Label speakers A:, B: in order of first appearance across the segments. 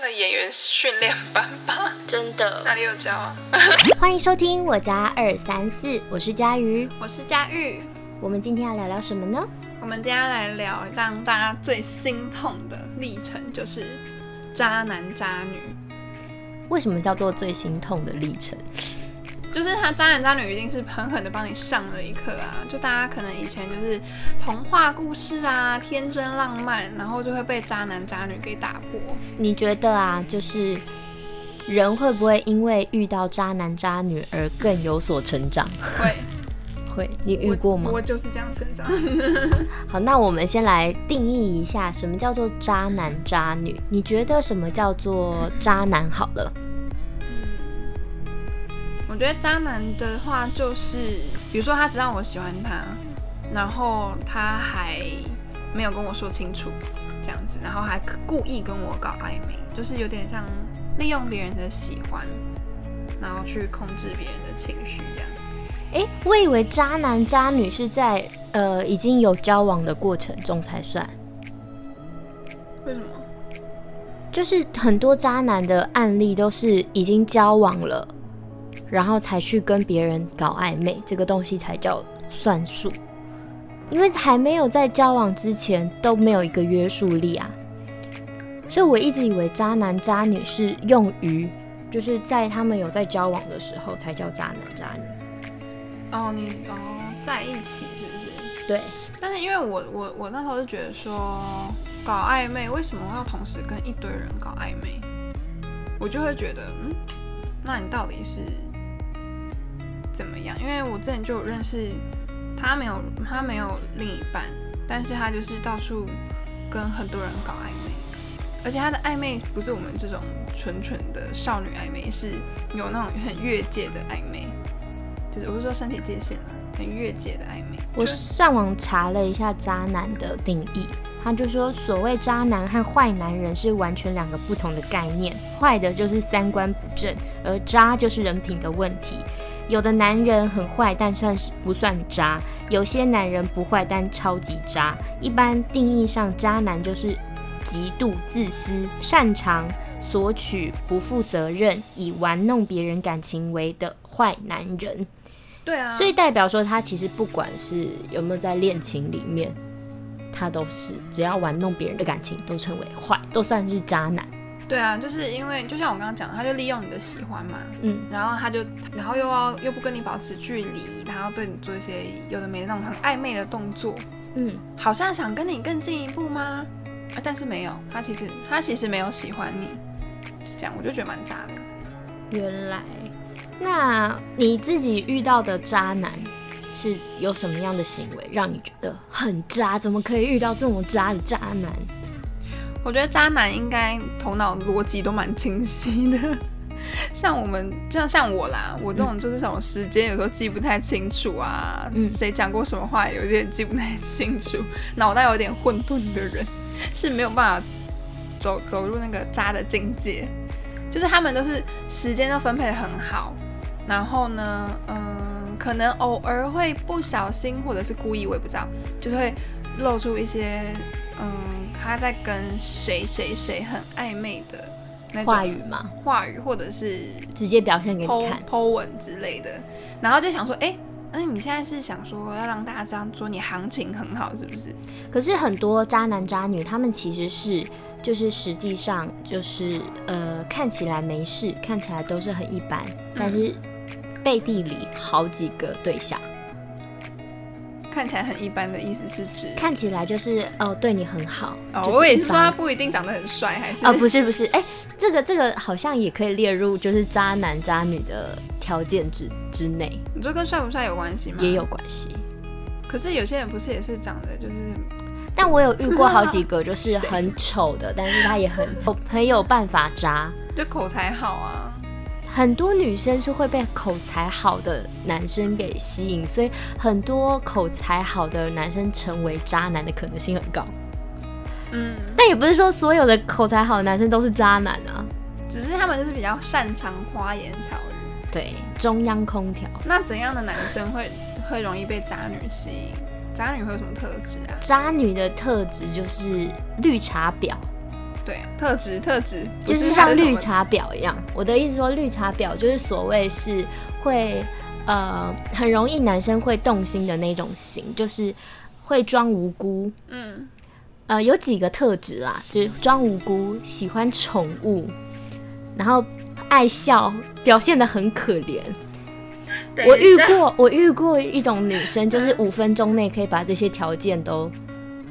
A: 的演员训练班 吧？
B: 真的。
A: 哪里有教啊？
C: 欢迎收听我家二三四，我是佳瑜。
D: 我是佳玉，
C: 我们今天要聊聊什么呢？
D: 我们今天来聊让大家最心痛的历程，就是渣男渣女，
C: 为什么叫做最心痛的历程？
D: 就是他渣男渣女一定是狠狠的帮你上了一课啊！就大家可能以前就是童话故事啊，天真浪漫，然后就会被渣男渣女给打 破。
C: 你觉得啊，就是人会不会因为遇到渣男渣女而更有所成长？
D: 会，
C: 会，你遇
D: 我
C: 过吗
D: 我？就是这样成长。
C: 好，那我们先来定义一下什么叫做渣男渣女。你觉得什么叫做渣男？好了，
D: 我觉得渣男的话就是，比如说他知道我喜欢他，然后他还没有跟我说清楚，这样子，然后还故意跟我搞暧昧，就是有点像利用别人的喜欢，然后去控制别人的情绪这样。
C: 诶，我以为渣男渣女是在呃已经有交往的过程中才算。
D: 为什么？
C: 就是很多渣男的案例都是已经交往了，然后才去跟别人搞暧昧，这个东西才叫算数。因为还没有在交往之前都没有一个约束力啊，所以我一直以为渣男渣女是用于就是在他们有在交往的时候才叫渣男渣女。
D: 哦，你哦，在一起是不是？
C: 对，
D: 但是因为我我我那时候就觉得说，搞暧昧为什么要同时跟一堆人搞暧昧？我就会觉得，嗯，那你到底是怎么样？因为我之前就有认识他没有他没有另一半，但是他就是到处跟很多人搞暧昧，而且他的暧昧不是我们这种纯纯的少女暧昧，是有那种很越界的暧昧，就是我是说身体界限啊，很越界的暧昧。
C: 我
D: 就是
C: 上网查了一下渣男的定义，他就说，所谓渣男和坏男人是完全两个不同的概念。坏的就是三观不正，而渣就是人品的问题。有的男人很坏，但算是不算渣；有些男人不坏，但超级渣。一般定义上，渣男就是极度自私、擅长索取、不负责任、以玩弄别人感情为的坏男人。
D: 对啊，
C: 所以代表说，他其实不管是有没有在恋情里面，他都是只要玩弄别人的感情，都称为坏，都算是渣男。
D: 对啊，就是因为就像我刚刚讲的，他就利用你的喜欢嘛，
C: 嗯，
D: 然后他就，然后又要又不跟你保持距离，然后对你做一些有的没的那种很暧昧的动作，
C: 嗯，
D: 好像想跟你更进一步吗？啊，但是没有，他其实他其实没有喜欢你，这样我就觉得蛮渣的。
C: 原来，那你自己遇到的渣男是有什么样的行为让你觉得很渣？怎么可以遇到这么渣的渣男？
D: 我觉得渣男应该头脑逻辑都蛮清晰的，像我们就像像我啦，我这种就是什么时间有时候记不太清楚啊，
C: 嗯
D: 谁讲过什么话有点记不太清楚，脑袋有点混沌的人是没有办法走走入那个渣的境界，就是他们都是时间都分配的很好，然后呢，嗯，可能偶尔会不小心或者是故意，我也不知道，就是会露出一些嗯，他在跟谁谁谁很暧昧的那种
C: 话语吗？
D: 话语，或者是
C: 直接表现给你
D: Po
C: 看。
D: Po 文之类的，然后就想说，哎、那你现在是想说要让大家知道说你行情很好，是不是？
C: 可是很多渣男渣女，他们其实是就是实际上就是呃看起来没事，看起来都是很一般，
D: 嗯
C: 但是背地里好几个对象，
D: 看起来很一般的意思是指
C: 看起来就是哦、对你很好。
D: 哦，
C: 就是
D: 我也
C: 一
D: 是说
C: 般
D: 他不一定长得很帅，还是
C: 啊、不是不是，哎、这个这个好像也可以列入就是渣男渣女的条件之之内，
D: 你说跟帅不帅有关系吗？
C: 也有。关系。
D: 嗯可是有些人不是也是长得就是
C: 但我有遇过好几 个就是很丑的，但是他也很 很有办法渣。
D: 就口才好啊？
C: 很多女生是会被口才好的男生给吸引，所以很多口才好的男生成为渣男的可能性很高。
D: 嗯，
C: 但也不是说所有的口才好的男生都是渣男啊。
D: 只是他们就是比较擅长花言巧语。
C: 对，中央空调，
D: 那怎样的男生会会容易被渣女吸引？渣女会有什么特质啊？
C: 渣女的特质就是绿茶婊，
D: 对，特质特质，不
C: 就是
D: 是
C: 像
D: 他的什
C: 绿
D: 么
C: 茶婊一样。我的意思说，绿茶婊就是所谓是会呃很容易男生会动心的那种型，就是会装无辜。
D: 嗯，
C: 呃，有几个特质啦，就是装无辜，喜欢宠物，然后爱笑，表现的很可怜。
D: 等
C: 我
D: 一
C: 遇
D: 下
C: 过，我遇过一种女生，就是五分钟内可以把这些条件都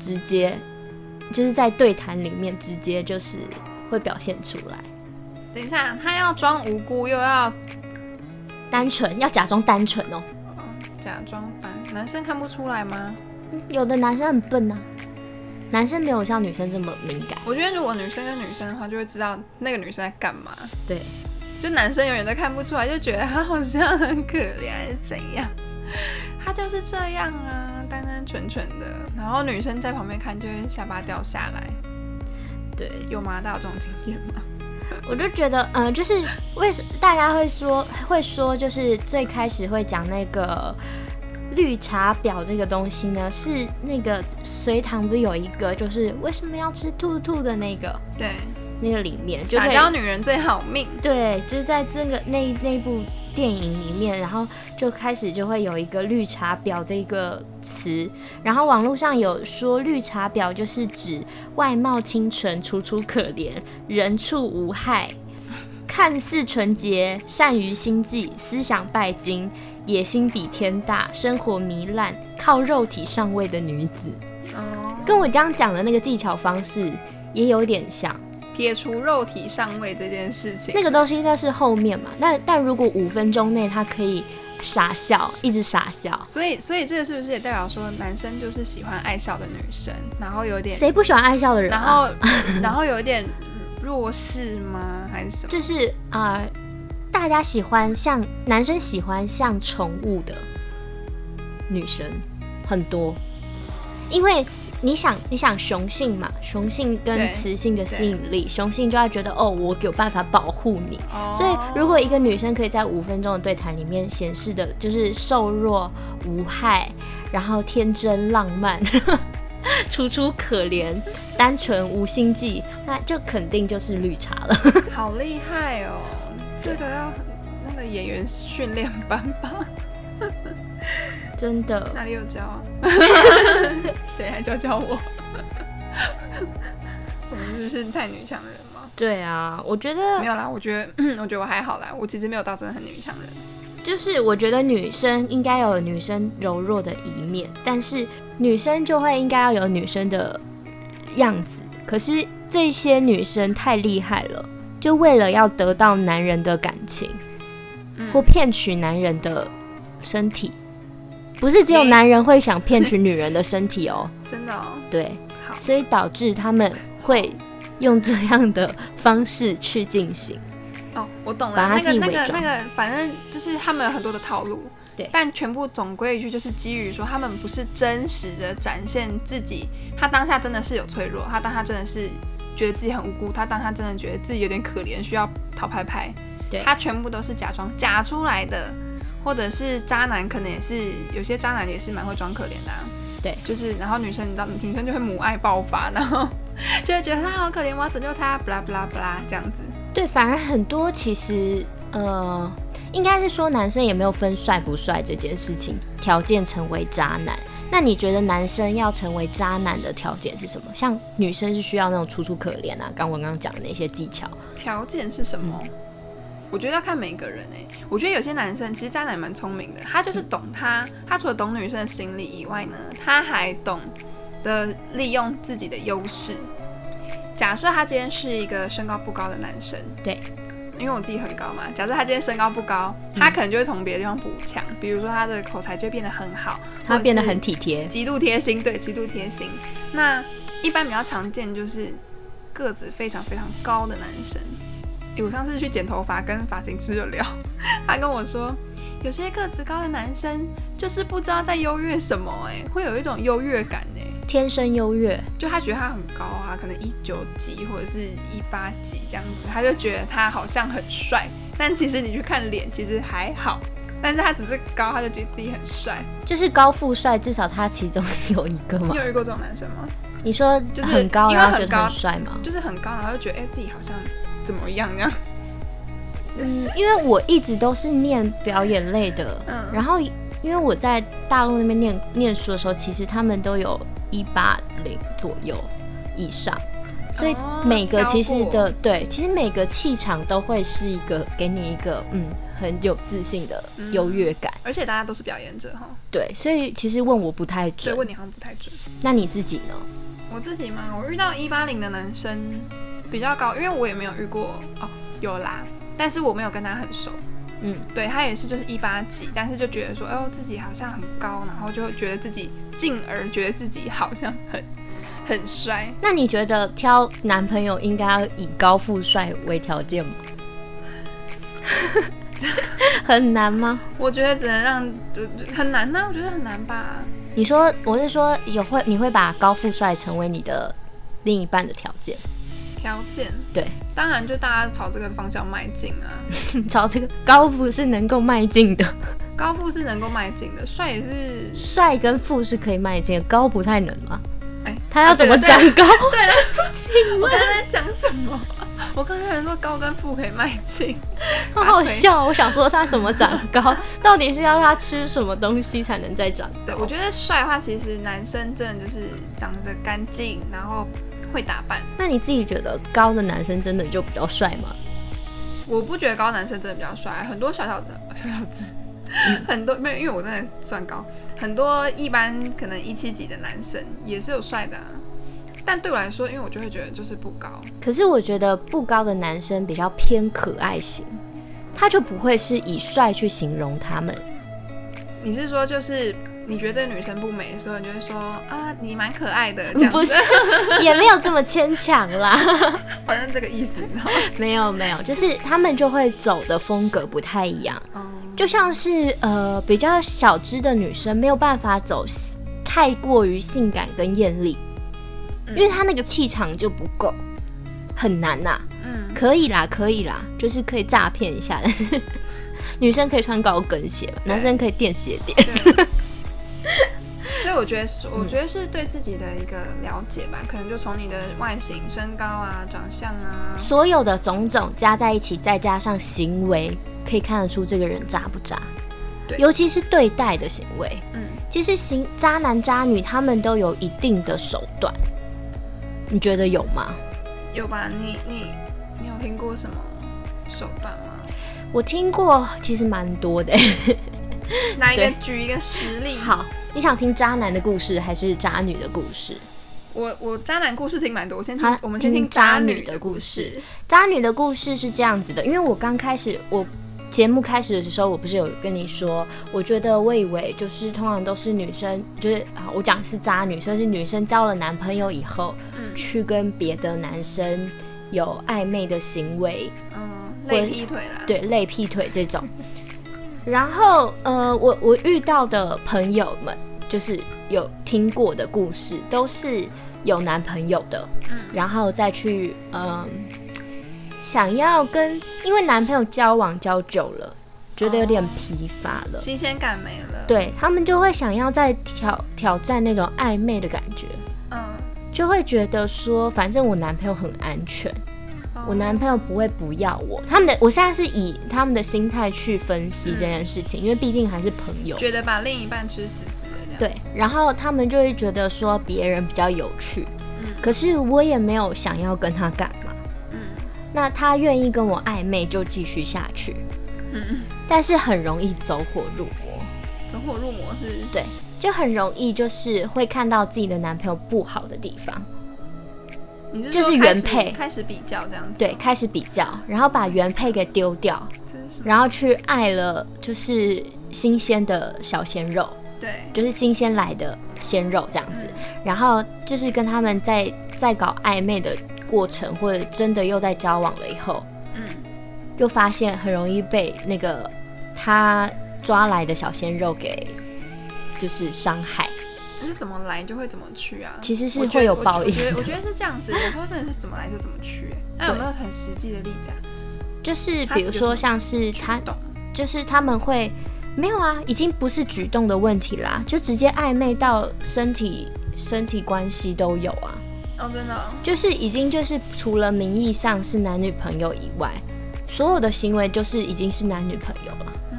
C: 直接，就是在对谈里面直接就是会表现出来。
D: 等一下，他要装无辜，又要
C: 单纯，要假装单纯哦。
D: 假装白，男生看不出来吗？
C: 有的男生很笨呐、啊男生没有像女生这么敏感。
D: 我觉得如果女生跟女生的话，就会知道那个女生在干嘛。
C: 对，
D: 就男生永远都看不出来，就觉得他好像很可怜还是怎样，他就是这样啊，单单纯纯的。然后女生在旁边看，就会下巴掉下来。
C: 对，
D: 有吗？大家有这种经验吗？
C: 我就觉得，嗯、就是为什大家会说会说，就是最开始会讲那个绿茶婊这个东西呢，是那个隋唐不是有一个，就是为什么要吃兔兔的那个
D: 对，
C: 那个里面，就
D: 撒
C: 会
D: 娇女人最好命。
C: 对，就是在这个那那部电影里面，然后就开始就会有一个“绿茶婊”这个词，然后网络上有说“绿茶婊”就是指外貌清纯、楚楚可怜、人畜无害、看似纯洁、善于心计、思想拜金、野心比天大、生活糜烂、靠肉体上位的女子，
D: 哦，
C: 跟我刚刚讲的那个技巧方式也有点像。
D: 撇除肉体上位这件事情
C: 那，个东西应该是后面嘛。那但如果五分钟内他可以傻笑，一直傻笑，
D: 所以所以这个是不是也代表说，男生就是喜欢爱笑的女生，然后有点
C: 谁不喜欢爱笑的人、 啊？
D: 然后然后有一点弱势吗？还是什么？
C: 就是啊、呃大家喜欢像男生喜欢像宠物的女生很多，因为。你想，你想雄性嘛？雄性跟
D: 对
C: 雌性的吸引力，雄性就要觉得哦，我有办法保护你，
D: 哦
C: 所以，如果一个女生可以在五分钟的对谈里面显示的，就是瘦弱无害，然后天真浪漫， 楚楚可怜、单纯无心计，那就肯定就是绿茶了。
D: 好厉害哦，这个要那个演员训练班吧？
C: 真的，
D: 哪里有教啊？谁来教教我？我们是不是太女强人吗？
C: 对啊，我觉
D: 没
C: 得
D: 有啦，我觉得嗯我觉得我还好啦，我其实没有到真的很女强人。
C: 就是，我觉得女生应该要有女生柔弱的一面，但是女生就会应该要有女生的样子。可是这些女生太厉害了，就为了要得到男人的感情。
D: 嗯
C: 或骗取男人的身体，不是只有男人会想骗取女人的身体哦。
D: 真的哦，
C: 对，
D: 好，
C: 所以导致他们会用这样的方式去进行。
D: 哦，我懂
C: 把
D: 了，那
C: 它
D: 个
C: 自己
D: 那
C: 伪
D: 个
C: 装
D: 那个，反正就是他们有很多的套路，
C: 对
D: 但全部总归一句，就是基于说他们不是真实的展现自己，他当下真的是有脆弱，他当下真的是觉得自己很无辜，他当下真的觉得自己有点可怜，需要讨拍拍，
C: 对
D: 他全部都是假装假出来的，或者是渣男，可能也是有些渣男也是蛮会装可怜的、啊，
C: 对
D: 就是然后女生你知道，女生就会母爱爆发，然后 就会觉得他好可怜，我要拯救他，不啦不啦不啦这样子。
C: 对，反而很多其实呃，应该是说男生也没有分帅不帅这件事情，条件成为渣男。那你觉得男生要成为渣男的条件是什么？像女生是需要那种楚楚可怜啊，刚我刚刚讲的那些技巧。
D: 条件是什么？我觉得要看每个人诶、我觉得有些男生其实渣男蛮聪明的，他就是懂他，他除了懂女生的心理以外呢，他还懂得利用自己的优势。假设他今天是一个身高不高的男生，
C: 对，
D: 因为我自己很高嘛。假设他今天身高不高，他可能就会从别的地方补强，比如说他的口才就会变得很好，
C: 他变得
D: 或者是
C: 很体贴，
D: 极度贴心，对，极度贴心。那一般比较常见就是个子非常非常高的男生。诶我上次去剪头发，跟发型师就聊， 他跟我说，有些个子高的男生就是不知道在优越什么、诶，会有一种优越感、诶，
C: 天生优越。
D: 就他觉得他很高啊，可能一九几或者是一八几这样子，他就觉得他好像很帅，但其实你去看脸，其实还好，但是他只是高，他就觉得自己很帅。
C: 就是高富帅，至少他其中 有一个嘛
D: 你。有遇过这种男生吗？
C: 你说
D: 就是
C: 很高，
D: 因为
C: 然后
D: 很
C: 觉得
D: 高
C: 很帅吗？
D: 就是很高，然后就觉得哎、自己好像怎么样那样。
C: 嗯，因为我一直都是念表演类的，
D: 嗯
C: 然后因为我在大陆那边念念书的时候，其实他们都有一八零左右以上，所以
D: 哦
C: 每个
D: 超
C: 其实
D: 过
C: 的、对，其实每个气场都会是一个给你一个嗯很有自信的
D: 嗯
C: 优越感，
D: 而且大家都是表演者哈，
C: 对，所以其实问我不太
D: 所以
C: 准，
D: 问你好像不太准。
C: 那你自己呢？
D: 我自己嘛，我遇到一八零的男生比较高，因为我也没有遇过哦，有啦，但是我没有跟他很熟。
C: 嗯，
D: 对他也是就是一八几，但是就觉得说，哎呦自己好像很高，然后就会觉得自己，进而觉得自己好像很很帅，
C: 那你觉得挑男朋友应该要以高富帅为条件 吗？很难吗？
D: 我觉得只能让就就很难呐、我觉得很难吧。
C: 你说，我是说有会，你会把高富帅成为你的另一半的条件？
D: 条件
C: 对，
D: 当然就大家朝这个方向迈进啊，
C: 朝这个高富是能够迈进 的，
D: 高富是能够迈进的，帅也是
C: 帅跟富是可以迈进的，高不太能啊。
D: 哎，
C: 他要
D: 啊
C: 怎么
D: 对
C: 讲
D: 了
C: 高？
D: 对了，我刚才在讲什么？我刚才说高跟富可以迈进，
C: 好
D: 拔
C: 好
D: 腿
C: 笑哦。我想说他怎么长高， 到底是要他吃什么东西才能再长高？
D: 对我觉得帅的话，其实男生真的就是长得干净，然后会打扮。
C: 那你自己觉得高的男生真的就比较帅吗？
D: 我不觉得高男生真的比较帅，很多小小的小小子，很多没有，因为我真的算高，很多一般可能一七几的男生也是有帅的、啊，但对我来说，因为我就会觉得就是不高，
C: 可是我觉得不高的男生比较偏可爱型，他就不会是以帅去形容他们。
D: 你是说就是你觉得这个女生不美的时候，你就会说啊，你蛮可爱的这样
C: 嗯不
D: 子
C: 是，， 也没有这么牵强啦。
D: 好像这个意思，你知道吗？
C: 没有没有，就是他们就会走的风格不太一样，
D: 嗯，
C: 就像是呃比较小只的女生没有办法走太过于性感跟艳丽，因为她那个气场就不够，很难呐、
D: 嗯，
C: 可以啦，可以啦，就是可以诈骗一下，但 是女生可以穿高跟鞋嘛，男生可以垫鞋 垫。
D: 嗯对。所以我觉得是，
C: 嗯
D: 我觉得是对自己的一个了解吧，可能就从你的外形、身高啊、长相啊，
C: 所有的种种加在一起，再加上行为，可以看得出这个人渣不渣。
D: 对
C: 尤其是对待的行为，
D: 嗯，
C: 其实行渣男渣女他们都有一定的手段，你觉得有吗？
D: 有吧？你你你有听过什么手段 吗？
C: 我听过，其实蛮多的。
D: 拿一个
C: 对
D: 举一个实例。，
C: 好，你想听渣男的故事还是渣女的故事？
D: 我我渣男故事听蛮多，我先
C: 好
D: 听，我们先
C: 听
D: 听
C: 渣女
D: 女
C: 的故
D: 故
C: 事。渣女的故事是这样子的，因为我刚开始我节目开始的时候，我不是有跟你说，我觉得我以为就是通常都是女生，就是啊，我讲是渣女，所以是女生交了男朋友以后，
D: 嗯
C: 去跟别的男生有暧昧的行为，
D: 嗯，类劈腿啦。，
C: 对，类劈腿这种。然后呃，我我遇到的朋友们，就是有听过的故事，都是有男朋友的，
D: 嗯
C: 然后再去嗯、想要跟，因为男朋友交往交久了，觉得有点疲乏了，
D: 新鲜感没了。，
C: 对他们就会想要再挑挑战那种暧昧的感觉。
D: 嗯，
C: 就会觉得说，反正我男朋友很安全，
D: 哦
C: 我男朋友不会不要我。他们的我现在是以他们的心态去分析这件事情，因为毕竟还是朋友。
D: 觉得把另一半吃死死的这样。
C: 对，，然后他们就会觉得说别人比较有趣，
D: 嗯
C: 可是我也没有想要跟他干嘛。
D: 嗯
C: 那他愿意跟我暧昧就继续下去，
D: 嗯，
C: 但是很容易走火入魔，
D: 走火入魔是
C: 对，就很容易就是会看到自己的男朋友不好的地方，
D: 你是
C: 就
D: 说
C: 是
D: 开
C: 原
D: 始
C: 配
D: 开始比较这样子？
C: 对，，开始比较，然后把原配给丢掉，
D: 这是什么？
C: 然后去爱了就是新鲜的小鲜肉，
D: 对，
C: 就是新鲜来的鲜肉这样子，
D: 嗯
C: 然后就是跟他们在在搞暧昧的过程，或者真的又在交往了以后，
D: 嗯，
C: 就发现很容易被那个他抓来的小鲜肉给就是伤害。
D: 你是怎么来就会怎么去啊？
C: 其实是
D: 我觉得
C: 会有报应
D: 我觉得我觉得我觉得是这样子，有时候真的是怎么来就怎么去、欸。那有没有很实际的例子啊？
C: 就是比如说像是他
D: 举，动
C: 就是他们会没有啊，已经不是举动的问题啦，就直接暧昧到身体身体关系都有啊，
D: 哦，真的哦、
C: 就是已经就是除了名义上是男女朋友以外，所有的行为就是已经是男女朋友了，
D: 嗯，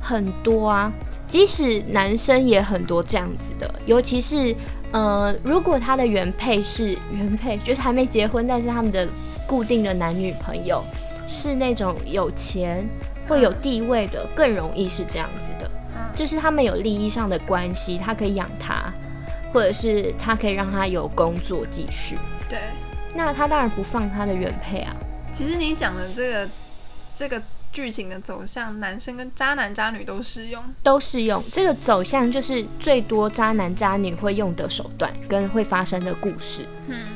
C: 很多啊。即使男生也很多这样子的，尤其是呃，如果他的原配是原配，就是还没结婚，但是他们的固定的男女朋友是那种有钱会有地位的，更容易是这样子的。
D: 嗯
C: 就是他们有利益上的关系，他可以养他，或者是他可以让他有工作继续。
D: 对。
C: 那他当然不放他的原配啊，
D: 其实你讲的这个这个剧情的走向，男生跟渣男渣女都适用。
C: 都适用。这个走向就是最多渣男渣女会用的手段跟会发生的故事。
D: 嗯，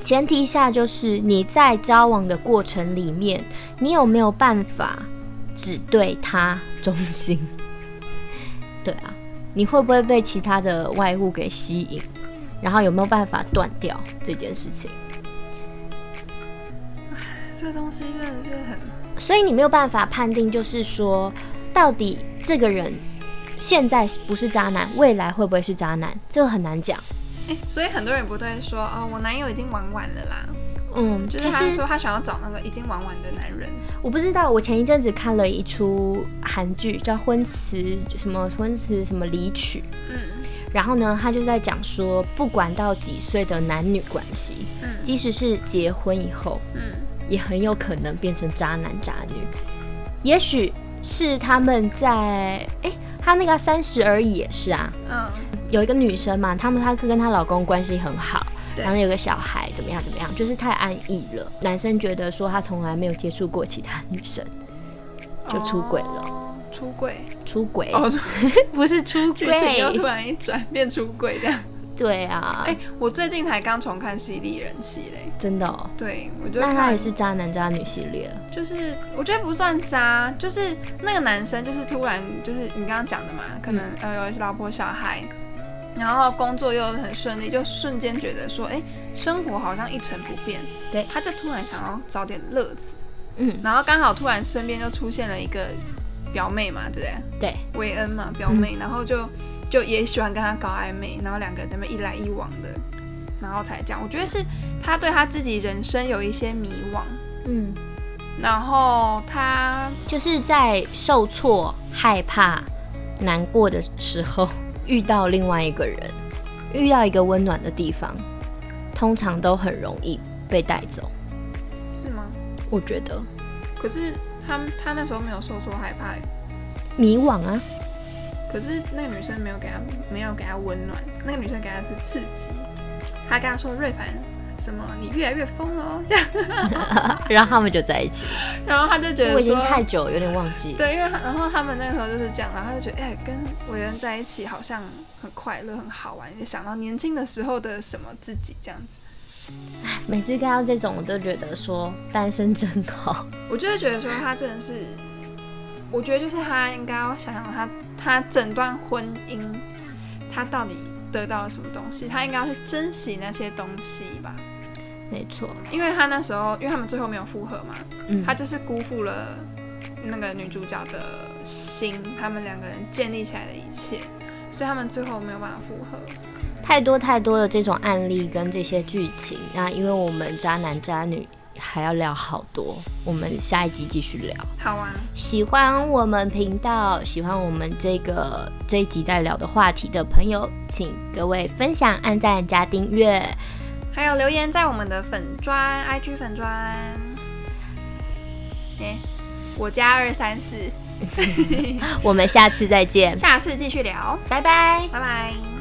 C: 前提下就是你在交往的过程里面，你有没有办法只对他忠心？对啊，你会不会被其他的外物给吸引？然后有没有办法断掉这件事情？
D: 这个东西真的是很
C: 所以你没有办法判定，就是说，到底这个人现在不是渣男，未来会不会是渣男，这个很难讲。
D: 哎、所以很多人不对说哦，我男友已经玩完了啦，
C: 嗯，
D: 就
C: 其
D: 是他
C: 实
D: 说他想要找那个已经玩完的男人。
C: 我不知道，我前一阵子看了一出韩剧，叫《婚词》什么婚词什么离曲，
D: 嗯
C: 然后呢，他就在讲说，不管到几岁的男女关系，
D: 嗯
C: 即使是结婚以后，
D: 嗯
C: 也很有可能变成渣男渣女。也许是他们在，哎，他那个三十而已也是啊，
D: 嗯，
C: 有一个女生嘛，他们她跟她老公关系很好，
D: 对
C: 然后有个小孩，怎么样怎么样，就是太安逸了。男生觉得说他从来没有接触过其他女生，就出轨了，
D: 哦出轨
C: 出轨、
D: 哦，
C: 不是出
D: 剧情又突
C: 轨，
D: 然一转变出轨这样。
C: 对啊，
D: 哎、我最近才刚重看《犀利人气》嘞，
C: 真的、哦。
D: 对啊我就
C: 那
D: 看
C: 他也是渣男渣女系列，
D: 就是我觉得不算渣，就是那个男生就是突然就是你刚刚讲的嘛，可能、呃有老婆小孩，然后工作又很顺利，就瞬间觉得说，哎，生活好像一成不变，
C: 对
D: 他就突然想要找点乐子，
C: 嗯，
D: 然后刚好突然身边就出现了一个表妹嘛，对不对？
C: 对，
D: 薇恩嘛，表妹，然后就就也喜欢跟他搞暧昧，然后两个人在那边一来一往的，然后才这样。我觉得是他对他自己人生有一些迷惘。
C: 嗯，
D: 然后他
C: 就是在受挫、害怕、难过的时候，遇到另外一个人，遇到一个温暖的地方，通常都很容易被带走。
D: 是吗？
C: 我觉得
D: 可是他他那时候没有受挫害怕欸，
C: 迷惘啊，
D: 可是那个女生没有给他没有给他温暖，那个女生给他是刺激，他跟他说瑞凡什么你越来越疯了哦这 样，
C: 然后他们就在一起。
D: 然后他就觉得
C: 我已经
D: 说
C: 太久有点忘记。
D: 对，因为他然后他们那个时候就是这样，然后他就觉得哎、跟韦恩在一起好像很快乐很好玩，就想到年轻的时候的什么自己这样子，
C: 每次看到这种，我都觉得说单身真好。
D: 我就会觉得说他真的是，我觉得就是他应该要想想他他整段婚姻，他到底得到了什么东西，他应该要去珍惜那些东西吧。
C: 没错，
D: 因为他那时候，因为他们最后没有复合嘛，
C: 嗯，
D: 他就是辜负了那个女主角的心，他们两个人建立起来的一切，所以他们最后没有办法复合。
C: 太多太多的这种案例跟这些剧情。那因为我们渣男渣女还要聊好多，我们下一集继续聊。
D: 好啊，
C: 喜欢我们频道，喜欢我们这个这一集在聊的话题的朋友，请各位分享、按赞加订阅。
D: 还有留言在我们的粉砖 IG 粉砖，哎、我家二三四。
C: 我们下次再见，
D: 下次继续聊，
C: 拜拜。
D: 拜拜。